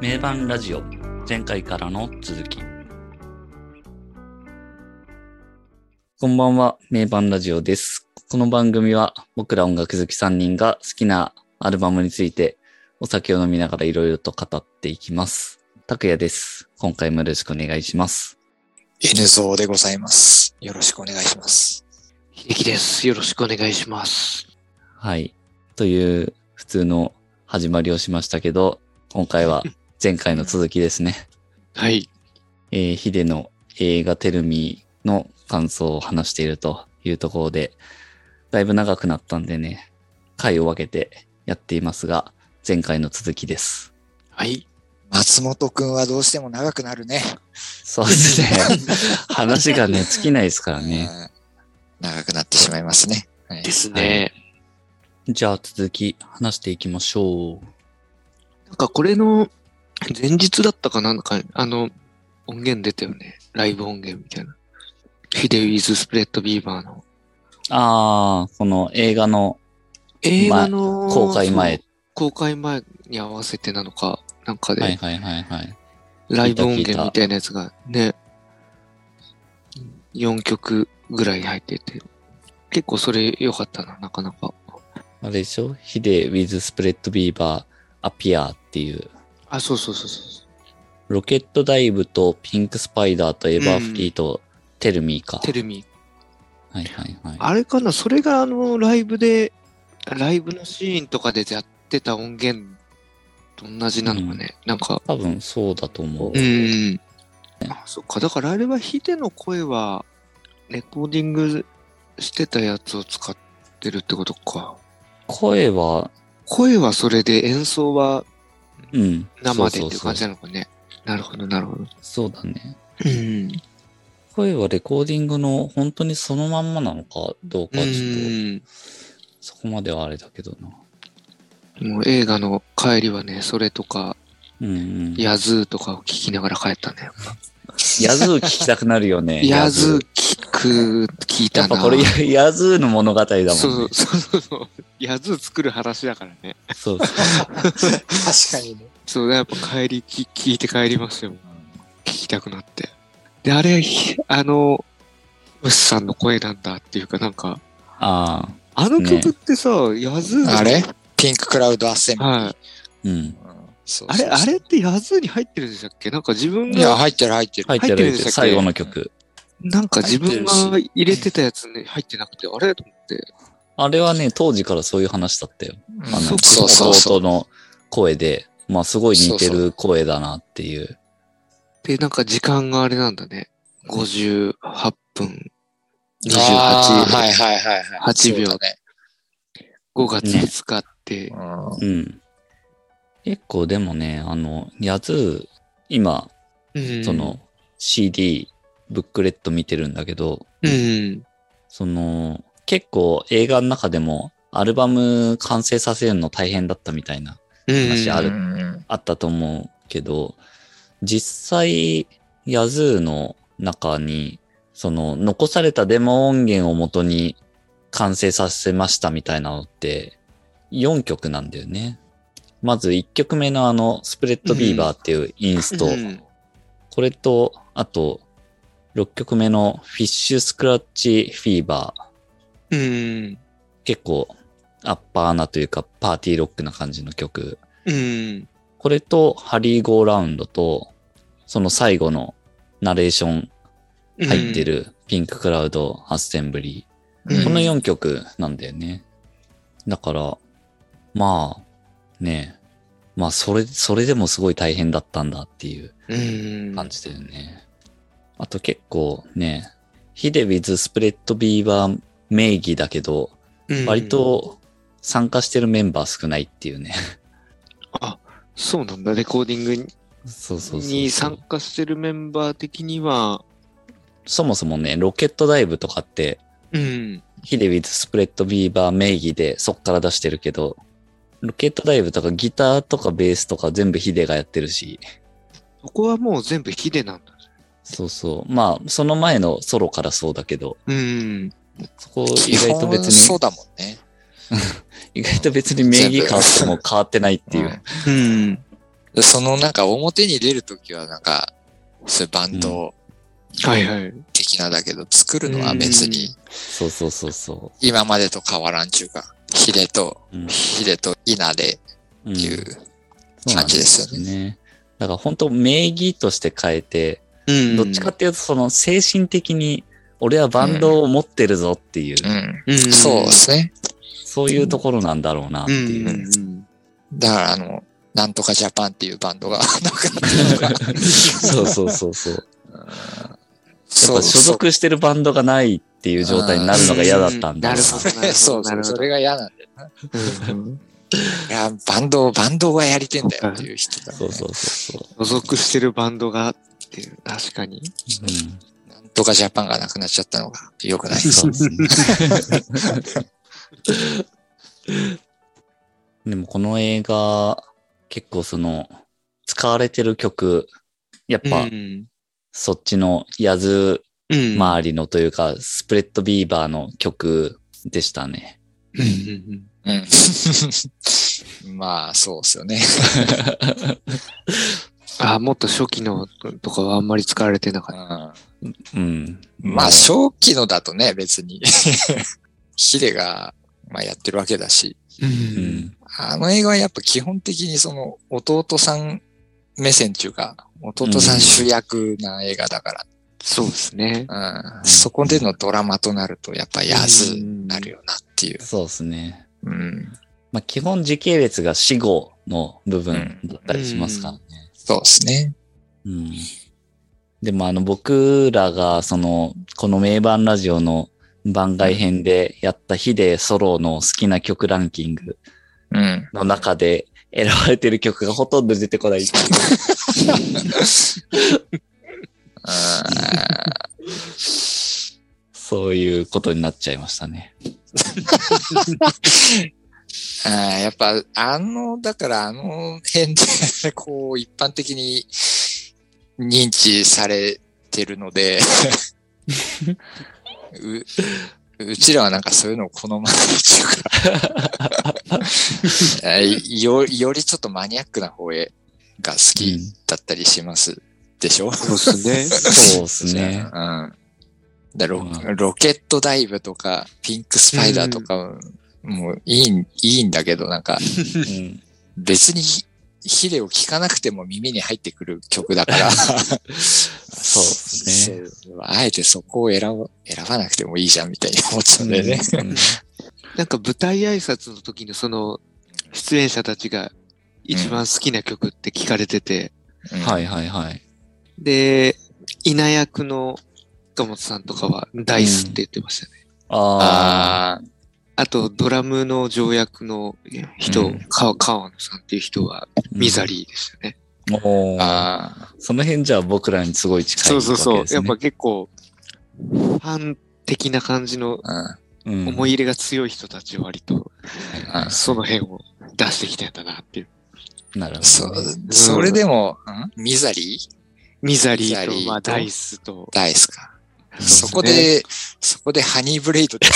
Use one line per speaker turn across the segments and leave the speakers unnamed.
名盤ラジオ前回からの続きこんばんは名盤ラジオですこの番組は僕ら音楽好き3人が好きなアルバムについてお酒を飲みながらいろいろと語っていきます拓也です今回もよろしくお願いします
N 像でございます。よろしくお願いします。
秀樹です。よろしくお願いします。
はい。という普通の始まりをしましたけど、今回は前回の続きですね。
はい。
えーヒデの映画テルミーの感想を話しているというところで、だいぶ長くなったんでね、回を分けてやっていますが、前回の続きです。
はい。
松本くんはどうしても長くなるね。
そうです ね。話がね、尽きないですからね。
うん長くなってしまいますね。はい
ですね。
じゃあ続き話していきましょう。
なんかこれの前日だったかななんか、あの、音源出たよね。ライブ音源みたいな。ヒデウィズ・スプレッド・ビーバーの
あー、この映画の
映画の
公開前。
そう公開前に合わせてなのか、なんか
はい
で、
はいはいはい。
ライブ音
聞いた聞いた
源みたいなやつがね、4曲ぐらい入ってて、結構それ良かったな、なかなか。
あれでしょヒデ with スプレッドビーバーアピアーっていう、
あ、そうそうそうそう。
ロケットダイブとピンクスパイダーとエバーフリーとテルミーか。
テルミー
はいはいはい。
あれかな、それがあのライブで、ライブのシーンとかでやってた音源と同じなのかね。なんか、
多分そうだと思う。
うん。あそっか、だからあれはヒデの声は、レコーディングしてたやつを使ってるってことか。
声は、
声はそれで演奏は
うん。
生でっていう
そうそう
感じ
そう
なのかね。なるほど、なるほど。
そうだね。
うん。
声はレコーディングの本当にそのまんまなのかどうか
う
はちょっ
ん。
と、そこまではあれだけどな。
もう映画の帰りはね、それとか、
うんうん。
ヤズーとかを聞きながら帰ったね。
ヤズー聞きたくなるよね。
ヤズ聞く、聞い
や
た
っ
な。
ぱこれヤ ヤズーの物語だもんね。
そうそうそうそう。ヤズ作る話だからね。
そう
確かにね。
そうだ、やっぱ帰り、き聞いて帰りますよ。聞きたくなって。で、あれ、ひあの、ムスさんの声なんだっていうか、なんか、
ああ。
あの曲ってさ、ヤズーの
あれピンククラウドアッセンブリー。
はい。
うん。
うんそう
あ
そう
れ、
そう
あれってヤズーに入ってるんでしたっけなんか自分
いや、
が、
入ってる入ってる。
入ってる
入ってる
入って
でしたっ
る
け
最後の曲。
なんか自分が
入
入れてたやつね、入ってなくて、あれと思って。
あれはね、当時からそういう話だったよ。
うん
あの、
そうか
そうそうそう。
弟の声で、まあすごい似てる声だなっていう。
で、なんか時間があれなんだね。58分28
あーはいはいはいはい。
8秒
そうだね。
5月
ね
2日って、
うん
うん。結構でもね、あの、やつ、今、
うん
その CD、ブックレット見てるんだけど、
うん。
その、結構映画の中でもアルバム完成させるの大変だったみたいな、話ある
うんうん
あったと思うけど、実際、ヤズーの中に、その、残されたデモ音源を元に完成させましたみたいなのって、4曲なんだよね。まず1曲目のあの、スプレッドビーバーっていうインスト。
うん
これと、あと、6曲目のフィッシュスクラッチフィーバー。
うん。
結構、アッパーなというか、パーティーロックな感じの曲。
うん。
これとハリーゴーラウンドと、その最後のナレーション入ってるピンククラウドアッセンブリ
う
ー。
ん
この4曲なんだよね。だから、まあ、ねえ。まあ、それ、それでもすごい大変だったんだっていう
うん。うん。
感じだよね。あと結構ね、ヒデウィズ・スプレッド・ビーバー名義だけど、
うん
割。と参加してるメンバー少ないっていうね。
そうなんだ。レコーディング
そうそうそうそう。
に参加してるメンバー的には、
そもそもね、ロケットダイブとかって、
うん。
ヒデウィズ・スプレッド・ビーバー名義でそっから出してるけど、ロケットダイブとかギターとかベースとか全部ヒデがやってるし、
そこはもう全部ヒデなんだ。
そうそう。まあ、その前のソロからそうだけど、
うん。
そこ意外と別
基本そう
に、
だもんね。。
意外と別に名義変わっても変わってないっていううん
うん。
そのなんか表に出るときはなんか、そういうバンド
はいはい。
的なだけど、作るのは別に
そうそうそうそ
今までと変わらんちゅうか、ヒレと、
う。うん
ヒレとイナで
うん
ってい
そう
う、
なん
感じですよ
ね。だから本当名義として変えて、
うん
どっちかっていうとその精神的に俺はバンドを持ってるぞっていう、
うん。
うん
そうですね。
そういうところなんだろうなって
う
い
ん
う。
うん。
だからあの、なんとかジャパンっていうバンドが なくな ったのが、
そうそうそうそう。やっ
そ
ぱ所
うそう。
属してるバンドがないっていう状態になるのが嫌だったんだろう
うんなるほど
そう
な
そ
る
う、
ほど
それが嫌なんだよな。いや、バンド、バンドがやりてんだよっていう人だ、ね。
そうそうそうそう。
所属してるバンドがっていう、確かに。
うん
なんとかジャパンがなくなっちゃったのが良くない。
そうですね。 でもこの映画、結構その、使われてる曲、やっぱ
うん
そっちのヤズ
うん。あ。
周りのというか、スプレッドビーバーの曲でしたね。
うんうん
うん。 まあ、そうですよね。
あ、もっと初期のとかはあんまり使われてな
う
かっ
ん
うん。
まあ、正気のだとね、別に。 ヒデが、まあ、やってるわけだし。
た。う
う。ん。
あの映画はやっぱ基本的にその弟さん目線っていうか、弟さん主役な映画だか
そうですね。
ら、うん、そこでのドラマとなるとやっぱヤズになるよなっていう。
そうですね。
うん、
まあ基本時系列が死後の部分だったりしますからね。
そうですね。
うんでもあの僕らがそのこの名盤ラジオの番外編でやったヒデソロの好きな曲ランキング
うん。
の中で選ばれてる曲がほとんど出てこないっていう。
あ
そういうことになっちゃいましたね。
ーあーやっぱ、あの、だからあの辺で、 こう、一般的に認知されてるので う、うちらはなんかそういうのを好まな いっていうかよ、よりちょっとマニアックな方へが好きだったりしますでしょ、
そう ですね。
そうですね。
うん。だロ
う
ロケットダイブとか、ピンクスパイダーとか、もういいん、いいんだけど、なん
う
か、
ん
別にヒヒレを聴かなくても耳に入ってくる曲 だから。そう
ですね
そう。 あえてそこを選ば選ばなくてもいいじゃんみたいに思っちゃうんだよね。。
うん
なんか舞台挨拶の時のその、出演者たちが一番好きな曲って聞かれてて、
はいいはいはい。
で、稲役の岡本さんとかはダイスって言ってましたね。
あ
ああ、
あと、ドラムの条約の人、
うん
川川野さんっていう人は
あ、
ミザリーでしたね。
ー。おー
あ
その辺じゃあ僕らにすごい近いわけです、ね。
やっぱ結構、ファン的な感じの
あ、
うん、
思い入れが強い人たちは割と、
うん
その辺を出してきてんだなっていう。
なるほどね、
そう。それでも、んミザリー
ミザリ
ミザ
ー
リー
と、
と
まあ、ダイスと。
ダイスか。
うん
そこで、そこでハニーブレイドで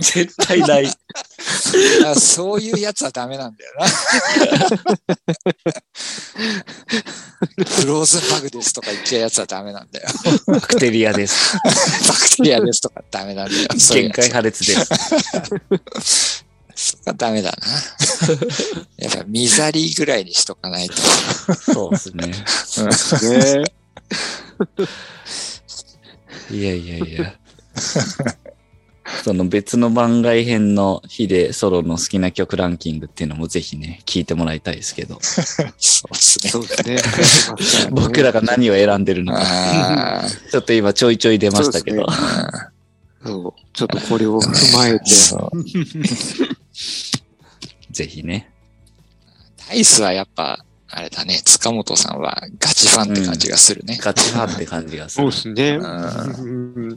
絶対ない。
あ そういうやつはダメなんだよ な。フローズンバグですとか言っちゃうやつはダメなんだよ。
バクテリアです。
バクテリアですとかダメ なんだよ。そういう
限
や
界
つ
破裂です。
そこはダメだ な。やっぱミザリーぐらいにしとかないと。
そうですね。
ね。
いやいやいや。その別の番外編の日でソロの好きな曲ランキングっていうのもぜひね、聞いてもらいたいですけど、。
そうですね。
そうですね
僕らが
な
何を選んでるのか、
あ
ちょっと今ちょいちょい出ましたけど。
あ、
そう。ちょっとこれを踏まえて。
そう。
ぜひね。
ダイスはやっぱ、あれだね、塚本さんはガチファンって感じがするね。
ガチ派って感じがす
そう
る
で。すね。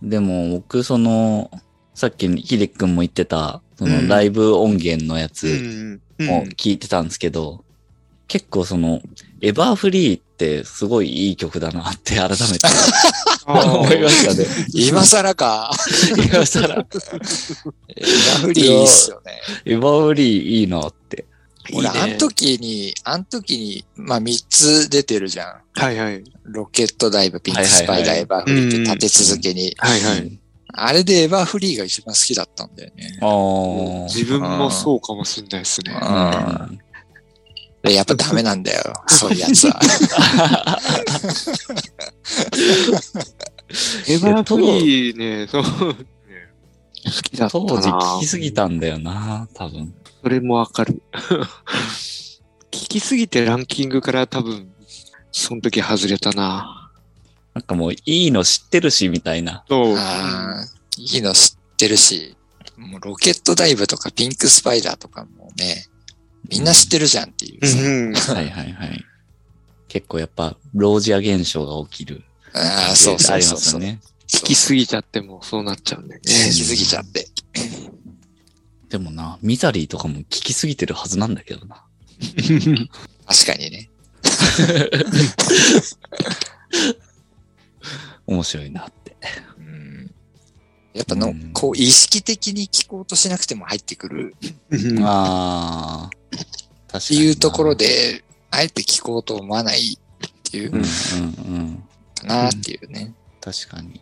でも僕その、さっきヒデ君も言ってた、その
うん
ライブ音源のやつ、
うん。
も聞いてたんですけど、結構その、エバーフリーってすごいいい曲だなって 改めて思いましたね。
今更か。
今更、
ラフリーいいっすよね。
エバーフリーいいなって。
いいね
俺、あの時に、あの時に、まあ、3つ出てるじゃん。
はいはい。
ロケットダイバー、ピンクスパイダイバー、フリーって立て続けに。
はいはい。
い。
あれでエヴァフリーが一番好きだったんだよね。
ああ。
自分もそうかもしれないですね。
うんでやっぱダメなんだよ、そういうやつは。
エヴァフリーね、そう。ね好きだった
当時
な
聞き。すぎたんだよな、多分。
それもわかる。聞きすぎてランキングから多分、その時外れたな。
なんかもういいの知ってるし、みたいな。
そう。
あーいいの知ってるし、もうロケットダイブとかピンクスパイダーとかもね、みんな知ってるじゃんっていう
う
さ。
んうん。
はいはいはい。結構やっぱ、老ジア現象が起きる。
ああ、そうそうそうそう。
ありますよね。
そう
聞きすぎちゃってもそうなっちゃうんだよね。
聞きすぎちゃって。
でもな、ミザリーとかも聞きすぎてるはずなんだけどな。
確かにね。
面白いなって。
うんやっぱの、
うん
こう、意識的に聞こうとしなくても入ってくるっ
うん
ああ。確か
て
にな。
いうところで、あえて聞こうと思わないっていう
うん
か
うんうん。
なっていうね。
確かに。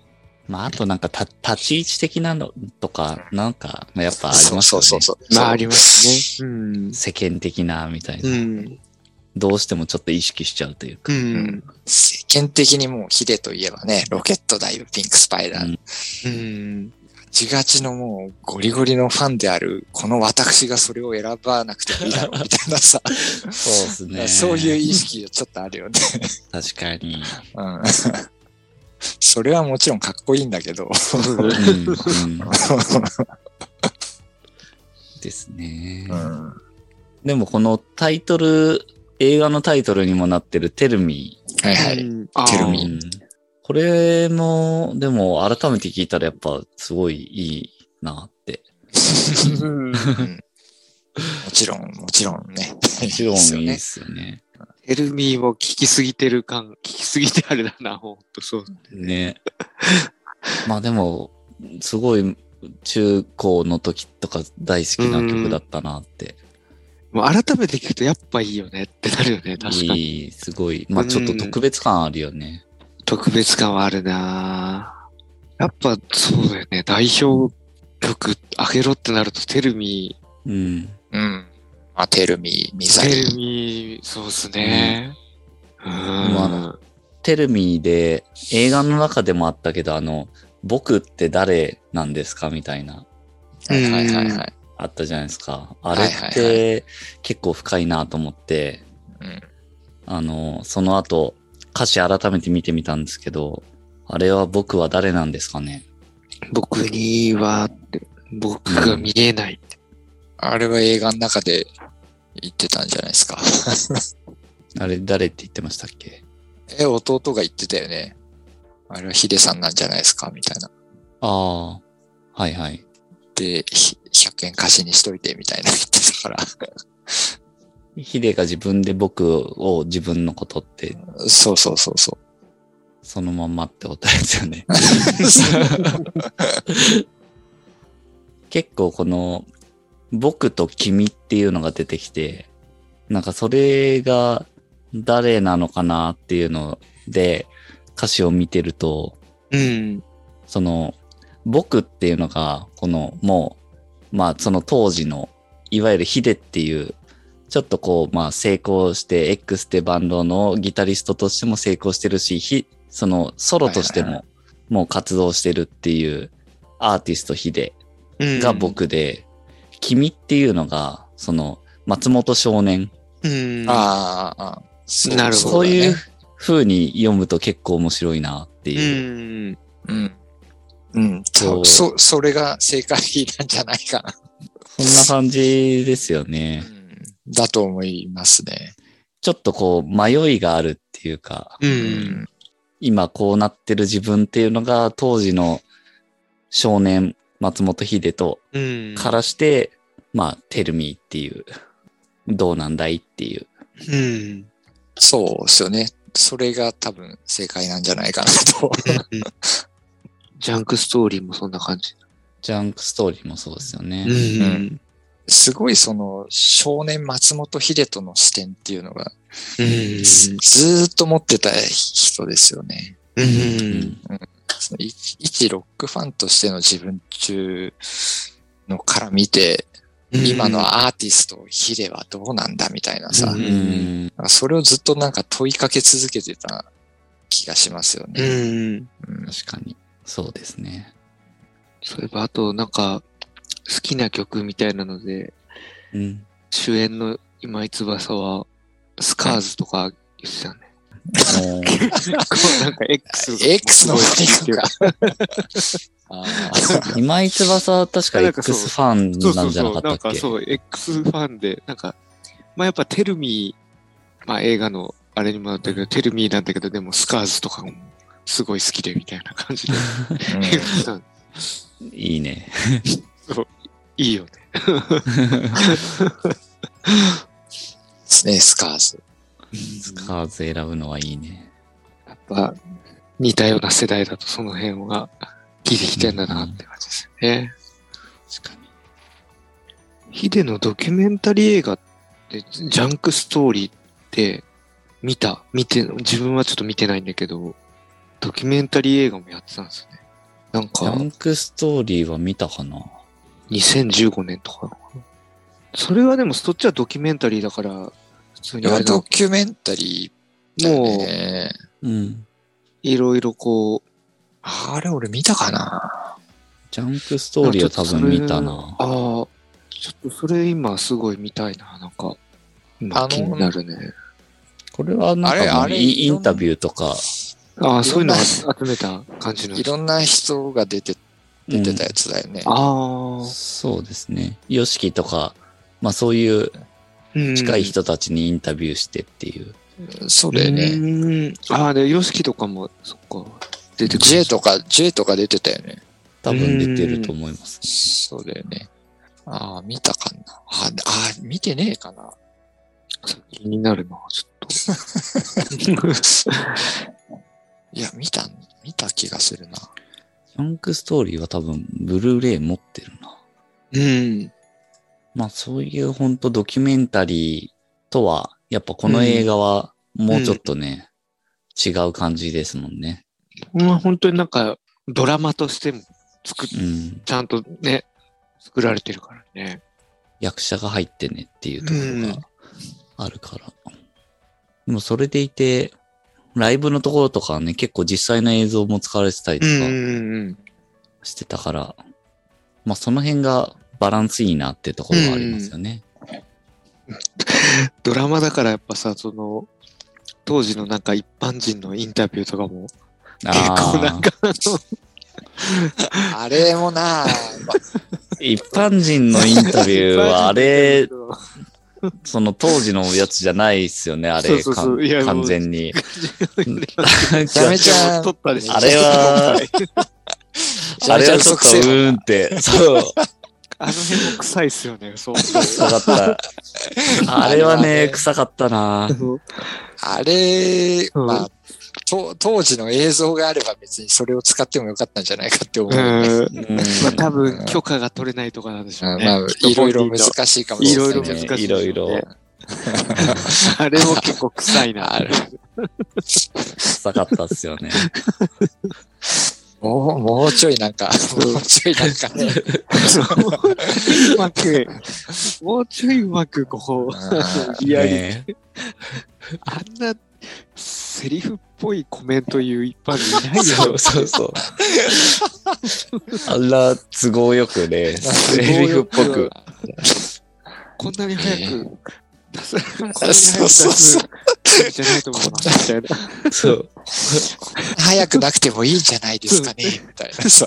まあ、あとなんかた、立ち位置的なのとか、なんか、まあやっぱありますよ
そ
ね。
うそうそうそう。
まあありますね。うん。
世間的な、みたいな、
うん。
どうしてもちょっと意識しちゃうというか。
うん。
世間的にもうヒデといえばね、ロケットダイブ、ピンクスパイダ
う
ー、
ん
うん。
ちがちのもうゴリゴリのファンである、この私がそれを選ばなくてもいいだろうみたいなさ、
そう ですね。
そういう意識がちょっとあるよね。
確かに。
うん。 それはもちろんかっこいいんだけど。
うんうん ですね、
ん。
でもこのタイトル、映画のタイトルにもなってるテルミ
はいはい。
うん。
テルミ
ー。これも、でも改めて聞いたらやっぱすごいいいなって。
う
も
ん
ちろん、もちろんね。
もちろん
ですよ
いいで
ね。
すよね。
テルミーも聞きすぎてる感、聞きすぎてあれだな、ほんとそう。
ね。まあでも、すごい中高の時とか大好きな曲だったなって。
もう改めて聞くとやっぱいいよねってなるよね、確かに。
いい、すごい。まあちょっと特別感あるよね。
特別感はあるなぁやっぱそうだよね、代表曲あげろってなると、テルミ
うん。
うん。まあ、テルミ、ミ
ー、
ザ
テ
リ
ルミー、そうですね。うん。
まテルミーで映画の中でもあったけど、あの、僕って誰なんですかみたいな、
はいはいはいはい。
あったじゃないですか。あれっ
はいは
て結構深いなと思って、
うん
あの、その後、歌詞改めて見てみたんですけど、あれは僕は誰なんですかね
僕にはって、僕が見えない。
あれは映画の中で言ってたんじゃないですか。
あれ誰って言ってましたっけ
え、弟が言ってたよね。あれはヒデさんなんじゃないですかみたいな。
ああ、はいはい。
で、ひ100円貸しにしといてみたいな言 ってたから。
ヒデが自分で僕を自分のことって、
そうそうそうそ
そのまんまってことですよね。
う。
結構この僕と君っていうのが出てきて、なんかそれが誰なのかなっていうので歌詞を見てると、
うん。
その僕っていうのがこのもう、まあその当時のいわゆるヒデっていうちょっとこうまあ成功して X ってバンドのギタリストとしても成功してるし、ひそのソロとして
はいは
ももう活動してるっていうアーティストヒデ。
うん
が。僕で、君っていうのが、その、松本少年。
うん。
ああああ、そう
なるほ
そ
ど
う
だ
いう
ね
風に読むと結構面白いなって
う
いう。
ん。
うん。うん、
そう
そ、それが正解なんじゃないかな。
そんな感じですよね。
だと思いますね。
ちょっとこう、迷いがあるっていうか、
う。。
うん
今こうなってる自分っていうのが、当時の少年、松本秀と
うん。
からして、まあ、テルミーっていう、どうなんだいっていう。
うん。
そうですよね。それが多分正解なんじゃないかなと。
ジャンクストーリーもそんな感じ。
ジャンクストーリーもそうですよね。
うん。
すごいその少年松本秀人の視点っていうのが
うん
ずずーっと持ってた人ですよね。
うん。
そのい一ロックファンとしての自分中のから見て、今のアーティストヒデはどうなんだみたいなさ、
うん
うん。
それをずっとなんか問いかけ続けてた気がしますよ
う
ね。
ん。
うん
確かに。そうですね。
そういえば、あと、なんか、好きな曲みたいなので、
うん。
主演の今井翼は、スカーズとか言ってた ね。
もう
こうなんか X が
X の
すごい好きっていうか。
あ
今井翼は確か
なんかそう
X ファン
そうそ
なん
う
じゃな
そ
か
う。なん
ったっ
か
け
そう、X ファンで、なんか、まあやっぱテルミー、まあ映画のあれにもなったけど、テルミーなんだけど、でもスカーズとかもすごい好きでみたいな感じで
ー
言ってた。
いいね。
いいよね。
うんね、スカーズ。
スカーズ選ぶのはいいね。
やっぱ似たような世代だとその辺は聞いてきてんだなって感じですよね。
確かに。
ヒデのドキュメンタリー映画って、ジャンクストーリーって見た見て、自分はちょっと見てないんだけど、ドキュメンタリー映画もやってたんですよね。なん
ジ
か、
ャンクストーリーは見たかな
2015年とかなのかなそれはでもそっちはドキュメンタリーだから、普通
い
にあ
や
れだ
ドキュメンタリーだよ
もう、
ね。
うん。
いろいろこう、
あれ俺見たかな
ジャンクストーリーは多分見たな
あ。あ、ちょっとそれ今すごい見たいな、なんか。
あ
今
の
気になるね。
これはなんかも
あ
う
れあれ
インインタビューとか
ああ、そういうの
い
を
ろ
集めた感じの
い。ろんな人が出て、出てたやつだよね。
ああ、
そうですね。ヨシキとか、まあそういう
うん
近い人たちにインタビューしてっていう。
そうだよね。
ね。ああ、で、ヨシキとかも、そっか、出てくる。
J とか、J とか出てたよね。
多分出てると思います。
そうだよね。ああ、見たかな。あであ、見てねえかな。
気になるな、ちょっと。
いや、見た、見た気がするな。
ジャンクストーリーは多分ブルーレイ持ってるな。
うん。
まあそういう本当ドキュメンタリーとは、やっぱこの映画はもうちょっとね、違う感じですもんね。
まあ、本当になんか、ドラマとしても作っ、
うん。
ちゃんとね、作られてるからね。
役者が入ってねっていうところがあるから。でもそれでいて、ライブのところとかはね、結構実際の映像も使われてたりとか、
んうん。
してたから、まあその辺がバランスいいなってところはありますよね。
ドラマだからやっぱさ、その、当時のなんか一般人のインタビューとかも、結構なんか、あの
あれもな、ま
一般人のインタビューはあれ、その当時のやつじゃないです よね、あれ、
そうそうそう
かん
いやもう
完全 に。
めちゃめちゃ、
撮ったでしょ
あれは、 あれはちょっとうーん って、そう、
あの辺も臭いっすよね、そうそう。
臭かった。あれは
あれは
ね、
ね
臭かったな。
あれ、
うん
まあ、と当時の映像があれば別にそれを使ってもよかったんじゃないかって思うよね。
うん
まあ多分許可が取れないとかなんでしょ
あ
うね。
まあ、いろいろ難しいかもし
い
れ
ろ
ないい
ろ
け
難
ど
しい
ね
でしょう
いろ
ね。
い ろ
あれも結構臭いな。
あれ
臭かったっすよね。
もう、もうちょいなんか、もうちょいなんかね。
うまく、もうちょいうまくこ
う
う、いやいや、
ね
あんなセリフっぽいコメント言う一般人いないよ。
そうそうそう。あら、都合よくね、セリフっぽく。
こんなに早く、出さこんなに早く出
そうそうそ
す感じじゃないと思います、みたいな。
そう。
早くなくてもいいんじゃないですかね、みたいなさ。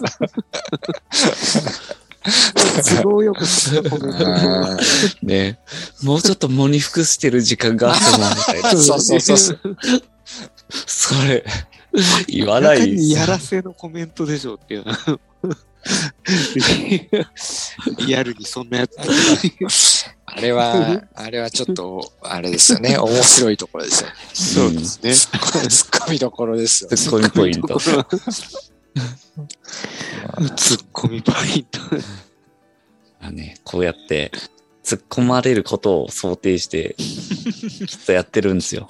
都合よくそのコメント
あ
ねもうちょっと喪に服してる時間があったもん、みたいな。
ーそうそうそうそう。
それ、言わない
中にやらせのコメントでしょっていう。リアルにそんなやつ。
あれは、あれはちょっと、あれですよね。面白いところですよね。
そうですね。
ツッコミどころで すよね。
ツッコミポイント。
ツッコミポイント。
まあね、こうやって突っ込まれることを想定して、きっとやってるんですよ。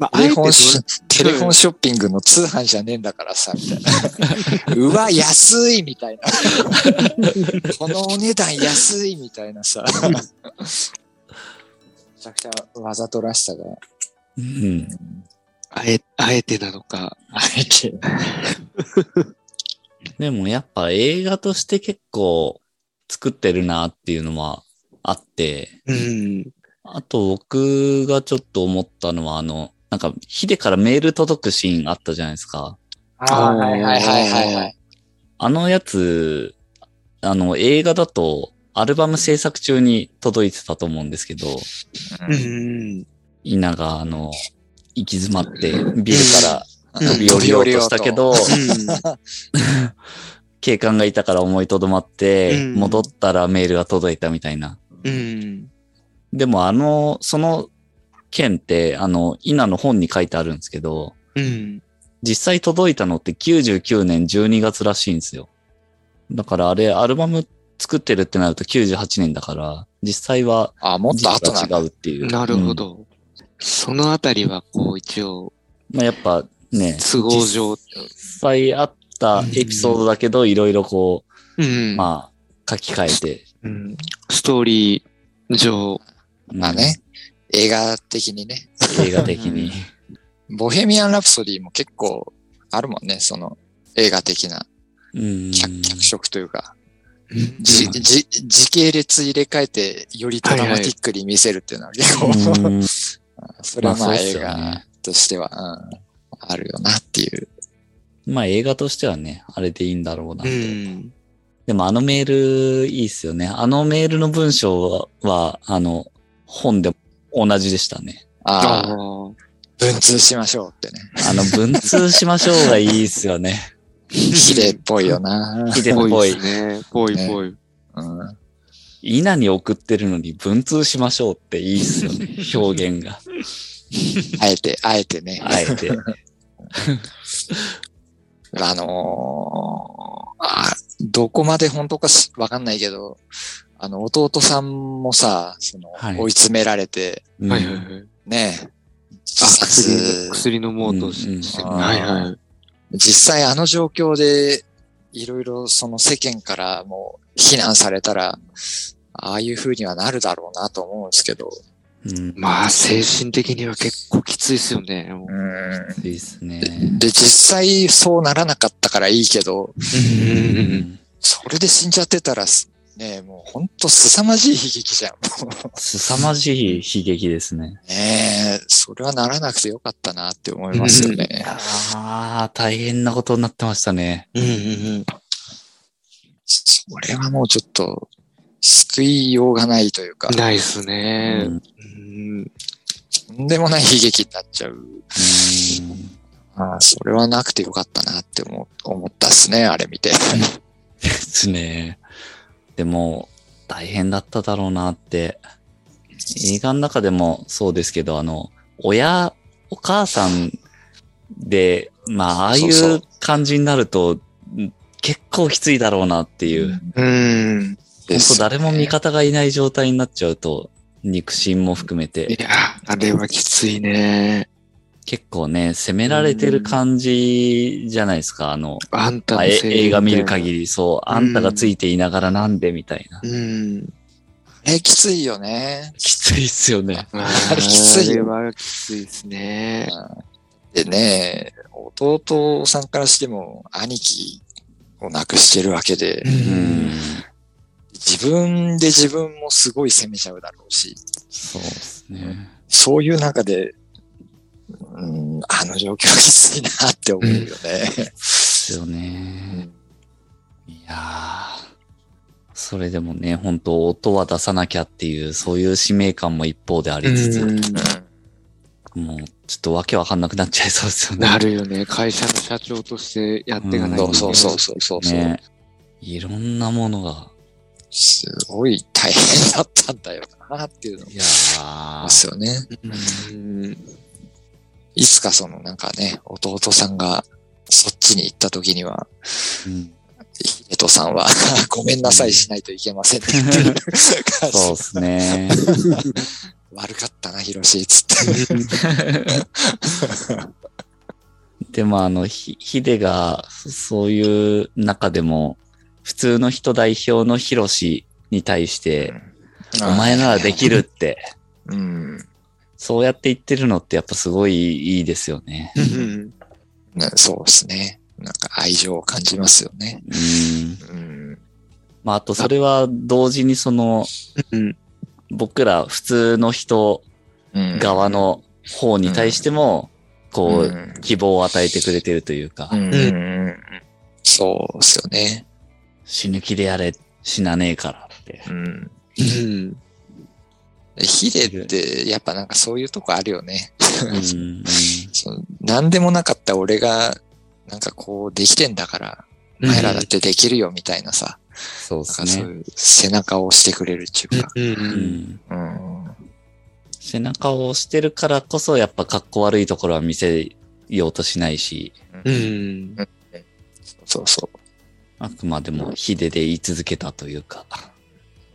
まあ、あ
テ
え
レ
て
フォンシ
そ
ョテレフォンショッピングの通販じゃねえんだからさ、みたいな。うわ、安いみたいな。このお値段安いみたいなさ。めちゃくちゃわざとらしさが。
うん。
あえ、あえてなのか。
あえて。
でもやっぱ映画として結構作ってるなっていうのはあって、
うん。
あと僕がちょっと思ったのはあの、なんかヒデからメール届くシーンあったじゃないですか。
あーはいはいはいはいはい。
あのやつ、あの映画だとアルバム制作中に届いてたと思うんですけど、
うん。
稲があの、行き詰まってビルから飛び降りようとしたけど、警官がいたから思いとどまって、
うん
戻ったらメールが届いたみたいな。
うん。うん。
でもあの、その件って、あの、稲の本に書いてあるんですけど、
うん。
実際届いたのって99年12月らしいんですよ。だからあれ、アルバム作ってるってなると98年だから、実際は
あ、もっ
時
と後な
期
んだ。
が違うっていう。
なるほ
うん。
ど。そのあたりは、こう、一応、
まあ、やっぱね、
都合上。
実際あったエピソードだけど、いろいろこ
うん
う、まあ、書き換えて。
うんストーリー上、
うん
まあね。。映画的にね。
映画的に。
ボヘミアン・ラプソディも結構あるもんね。その映画的な
うん。
脚脚色というか。
じ
じ、じ、時系列入れ替えて、よりドラマティックに見せるっていうのは結構、
うん
それはま
ま
あ
あそうっ
映
すよね
画としては、うんあるよなっていう。
まあ映画としてはね、あれでいいんだろうなと。
うん。
でもあのメールいいっすよね。あのメールの文章は、はあの、本でも同じでしたね。
あ
ああ、
あ。
文通しましょうってね。
あの、文通しましょうがいいっすよね。
綺麗っぽいよな。
ヒデっぽい
で。すね。ぽいぽい。
うん
稲に送ってるのに文通しましょうっていいっすよね。表現が。
あえて、あえてね。
あえて。
あのーあ、どこまで本当かしわかんないけど、あの、弟さんもさ、その、
はい
追い詰められて、
うん
はいはいはい。
ね、
あ、
自
薬
殺
の、薬飲もうとし
うんうん
して
あー
はいはい。
実際あの状況で、いろいろその世間からもう非難されたら、ああいう風にはなるだろうなと思うんですけど、
うん。
まあ、精神的には結構きついですよね。もう
うん。
いいっすね。
で、実際そうならなかったからいいけど、
うん
それで死んじゃってたらす、ねえ、もうほんと凄まじい悲劇じゃん。
凄まじい悲劇ですね。
ねえ、それはならなくてよかったなって思いますよね。
ああ、大変なことになってましたね。
うんうんうん。
それはもうちょっと、救いようがないというか、
ないっす
う
ね。
ん
うん。
とんでもない悲劇になっちゃう。
うん
ああ、それはなくてよかったなって思思ったっすね、あれ見て。
ですね。でも、大変だっただろうなって。映画の中でもそうですけど、あの、親、お母さんで、まあ、ああい
そうそう
う感じになると、うん結構きついだろうなっていう。本
うん。
当誰も味
方
方がいない状態になっちゃうと、肉親も含め
い
て、
や、あれはきついね。
結構ね、責められてる感じじゃないですか、あの、
あんた
まあ
の
え映画見る限
り。
り、そう、あんたがついていながらなんでみたいな。
うん。
え、きついよね。
きついっすよね。
あ
きつい
れ
よ
はきついですね。
でね、弟さんからしても兄貴を亡くしてるわけで、
うん
自分で自分もすごい責めちゃうだろうし、
そうですね。
そういう中で、うん、あの状況はきついなって思うよね。
ですよね。いやーそれでもね、本当音は出さなきゃっていう、そういう使命感も一方でありつつ、もうちょっとわけわかんなくなっちゃいそうですよね。
なるよね。会社の社長としてやっていかないといけな
そ
い。
うそうそうそうそうそう、
ね。いろんなものが。
すごい大変だったんだよなっていうの
いやー
ですよね。
うん。
いつかそのなんかね、弟さんがそっちに行った時には、
うん
ヒデトさんは、 ごめんなさいしないといけませんって言ってる 感
そうで
じ。
すね。
悪かったな、ヒロシ、つって。
でもあの、ひヒデが、そそういう中でも、普通の人代表のヒロシに対して、お前ならできるって、
うん。
そうやって言ってるのってやっぱすごいいいですよね。
うん
なそうですね。なんか愛情を感じますよね。
うん。
うん。
まあ、あとそれは同時にその、
うん
僕ら普通の人
うん
側の方に対しても、こ
う
う、
ん
希望を与えてくれてるというか
う、んうんそうですよね。
死ぬ気でやれ、死なねえから って。
うん。
うん
ヒデって、やっぱなんかそういうとこあるよね。
うん
その何でもなかった俺が、なんかこう、できてんだから、お前らだってできるよみたいなさ、
そうで
なん
す
かそう
ね。
いう背中を押してくれるっていうか。
うん
う
うん
ん
うん。
背中を押してるからこそ、やっぱ格好悪いところは見せようとしないし、
う。ん
そうそ
あくまでもヒデで言い続けたというか。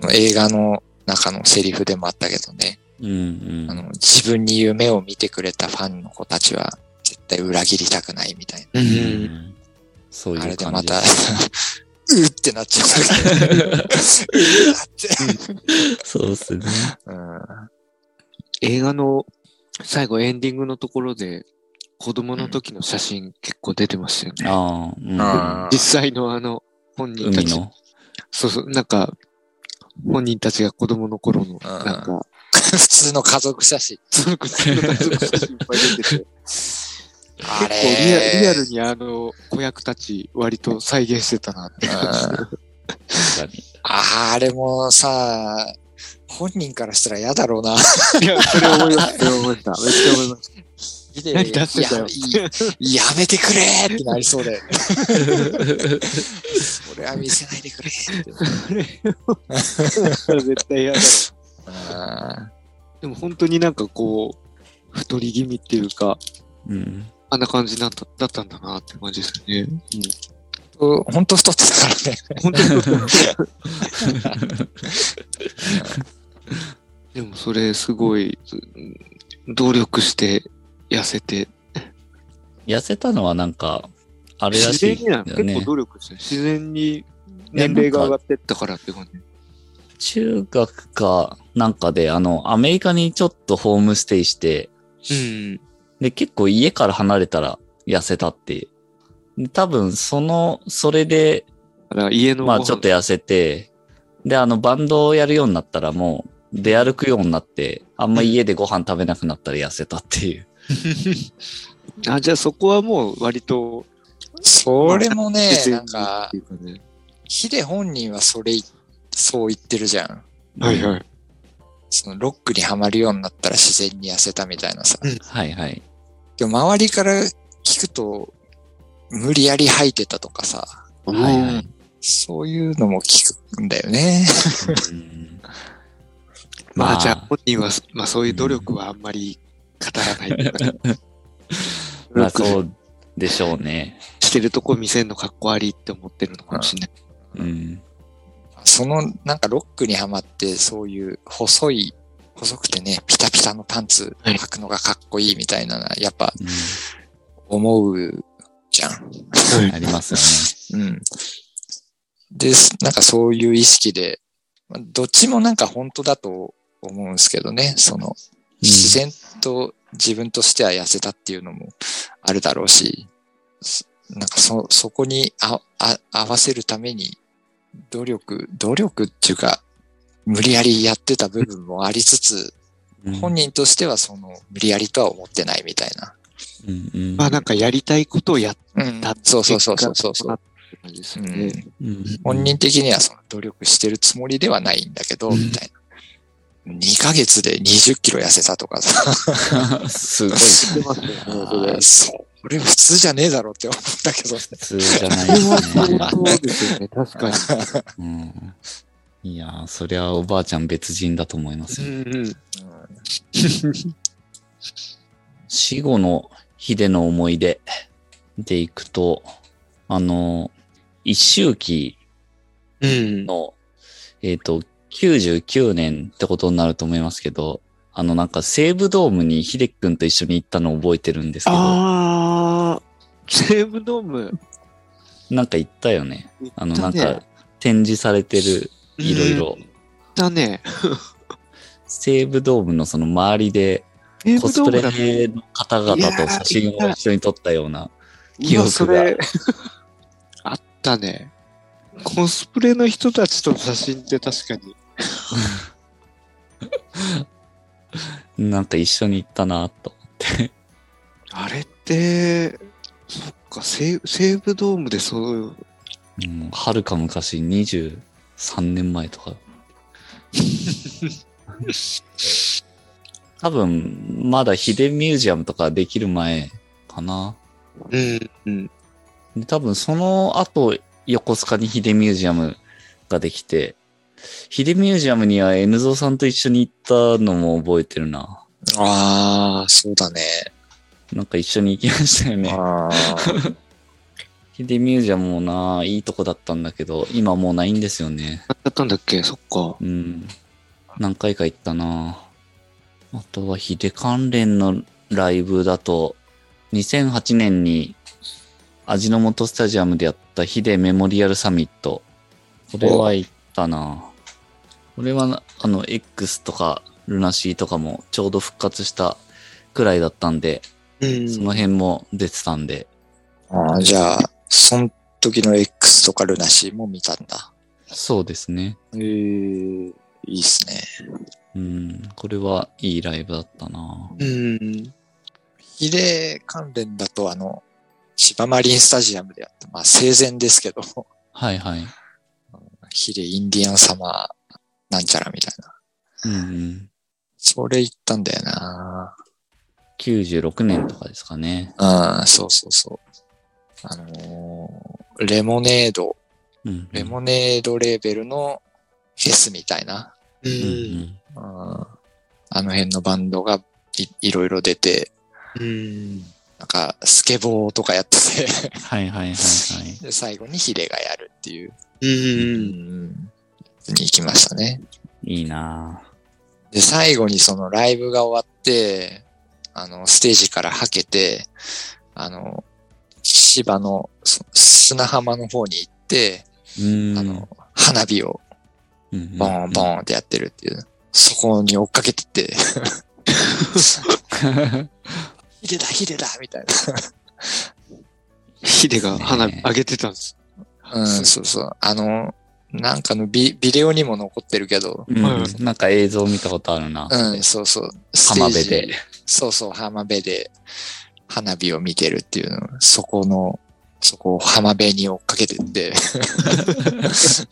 う。映画の中のセリフでもあったけどね、
うんうん
あの自分に夢を見てくれたファンの子たちは絶対裏切りたくないみたいな。
う
うんんそう
あ
い
れ
う
で
感
ま
じ
た、う
です。
ーってなっちゃったけど。うーって。
そうですね。
うん。
映画の最後エンディングのところで子供の時の写真結構出てましたよね。
ああ、うん
あ
実際のあの本人た
海
ち
の。
そうそう、なんか、本人たちが子供の頃の、
あー
なんか、
普通の家族写真。
その子の写真いっぱい出 てて、
あ
結構リアリア
れ
ルにあの子役たち割と再現してたなって感じ。
確かに。
あれもさ、本人からしたら嫌だろうな。
いや、それ思いました。それ思いました。めっちゃ思いまし何出してたよ
いやいやめてくれってなりそうだよね。それは見せないでくれって。
た。それ 絶対嫌だろう。
あ
でも本当になんかこう、太り気味っていうか、
うん。
あんな感じなんだだったんだなって感じですよね。
ー本当太ってたからね。
本当 に。でもそれすごい、うん努力して痩せて、
痩せたのはなんか、あれら
自
し
然
い
にな
よ
の結構
ね。
努力してる自然に年齢が上がってったからって感じ。
中学かなんかで、あの、アメリカにちょっとホームステイして、
うん。
で、結構家から離れたら痩せたっていう。で多分、その、それで、
だから家のご
ま
飯
あちょっと痩せて、で、あの、バンドをやるようになったらもう、出歩くようになって、あんま家でご飯食べなくなったら痩せたっていう。
あ、じゃあそこはもう割と
それもね
自、
な
然
ん
にっ
か
て、いうかね。
ヒデ本人はそれ、そう言ってるじゃん。
はいはい。
そのロックにはまるようになったら自然に痩せたみたいなさ。
はいはい。
でも周りから聞くと、無理やり吐いてたとかさ、
はいは
う
い
ん。
そういうのも聞くんだよね。
うん
まあじゃあ本人は、まあそういう努力はあんまり語らないっていうかね。努
まあ
力
そうでしょうね。
してるとこ見せるのかっこ悪いって思ってるのかもしれない。
うん。
その、なんかロックにはまって、そういう細い、細くてね、ピタピタのパンツ
はい
履くのがかっこいいみたいなのは、やっぱ
うん
思うじゃん。
あります
うん。で、すなんかそういう意識で、まあどっちもなんか本当だと思うんですけどね、その、自然と自分としては痩せたっていうのもあるだろうし、そなんかそ、そこにああ合わせるために努力、努力っていうか、無理やりやってた部分もありつつ、
よね。
本人としてはその無理やりとは思ってないみたいな。
うんうん
まあなんかやりたいことをやっ
うん
たって
そうそうそうそうそうそう。
て感じです
う
よ
ん
ね。
うん
本人的にはその努力してるつもりではないんだけど、
うん
みたいな。2ヶ月で20キロ痩せたとかさ、
すごい。
知ってますよねそれ。
それ普通じゃねえだろうって思うんだけどね。
普通じゃない
それは
です ね。
相当ですよね、確かに。
うんいやー、そりゃおばあちゃん別人だと思いますよ。
うん
死後のヒデの思い出でいくと、あの、一周期
うん。
の、えっ、と、99年ってことになると思いますけど、あのなんか西武ドームに秀樹くんと一緒に行ったのを覚えてるんですけど、
あー、西武ドーム。
なんか行ったよね。あの
行
な
っ
ん
たね
か展示されてるいろいろ、
だね。
西武ドームのその周りで
西
コ
武
ス
ド
プ
ームだね。
レの方々と写真を一緒に撮ったような記憶が
今それあったね。コスプレの人たちとの写真って確かに。
なんか一緒に行ったなと。
あれって、そっか、西西武ドームでそう、
うんはるか昔23年前とか。多分、まだヒデミュージアムとかできる前かな。
うん、うん。
で多分その後、横須賀にヒデミュージアムができて、ヒデミュージアムには N ゾウさんと一緒に行ったのも覚えてるな。
ああ、そうだね。
なんか一緒に行きましたよね。
あー
ヒデミュージアムもな、いいとこだったんだけど、今もうないんですよね。
だったんだっけそっか。
うん。何回か行ったな。あとはヒデ関連のライブだと、2008年に味の素スタジアムでやったヒデメモリアルサミット。これは行ったな。これはな、あの、X とかルナシーとかもちょうど復活したくらいだったんで、
うん
その辺も出てたんで、
あー、じゃあ、その時の X とかルナシーも見たんだ。
そうですね。
ええいいっすね。
うん、これはいいライブだったな。
うん。
比例関連だと、あの、千葉マリンスタジアムでやった、まあ生前ですけど、
はいはい。
比例インディアンサマーなんちゃらみたいな。
うん、うん。
それ行ったんだよな
96年とかですかね。
うん、そうそうそう。あのーレモネード、
うんうん。
レモネードレーベルのフェスみたいな、
う。
うんん
うん、あの辺のバンドがいいろいろ出て、
うん。
なんかスケボーとかやってて、
うん。はいはいはいはい。
で最後にヒデがやるっていう、
う。
うんん、に行きましたね。
いいな
で、最後にそのライブが終わって、あの、ステージからはけて、あの、芝のそ砂浜の方に行って、
うん。
あの、花火を
うんうん、
ボーンボーンってやってるっていう、そこに追っかけ てって、
ン。
ヒデだヒデだみたい
ヒデが花火
ね
上げてたんです。
な。うん、そうそう。あの、なんかのビビデオにも残ってるけ ど、
うんなんか映像見たことあるな。
うん、そうそう。ステ
浜
ー
辺
ジ
で。。
そうそう、浜辺で花火を見てるっていうの、そこの、そこを浜辺に追っかけてって、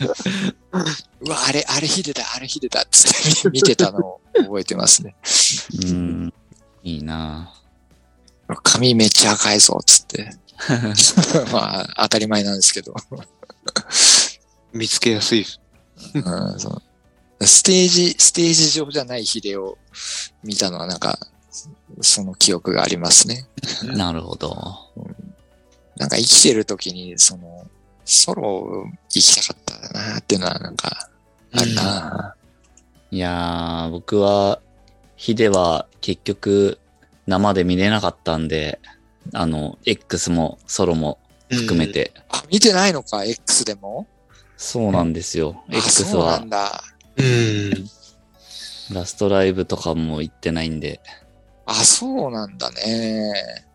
うわ、あれ、あれヒデだ、あれヒデだっつって見てたのを覚えてますね。
うん。いいな
髪めっちゃ赤いぞっつって。 まあ、当たり前なんですけど。
見つけやすいです。
うんそうステージ、ステージ上じゃないヒデを見たのはなんか、その記憶がありますね。
なるほど。
なんか生きてる時に、その、ソロ行きたかったなっていうのはなんか、あるな、
いやー、僕は、ヒデは結局生で見れなかったんで、あの、X もソロも含めて。
あ、見てないのか、X でも
そうなんですよ。
あ
X
そうな
は
んだ。
うん。うん。
ラストライブとかも行ってないんで、
あ、そうなんだね。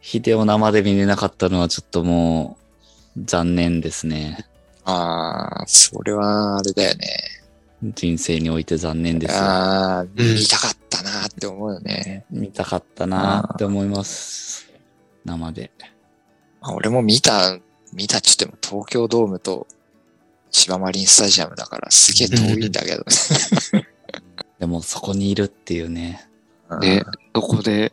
ヒデを生で見れなかったのはちょっともう残念ですね。
ああ、それはあれだよね。
人生において残念ですよ。
ああ、
うん
見たかったなって思うよね。
見たかったなーって思います。生で。
まあ、俺も見た、見たっつっても東京ドームと芝マリンスタジアムだからすげえ遠いんだけど
でもそこにいるっていうね。
ね
ね。、そこで、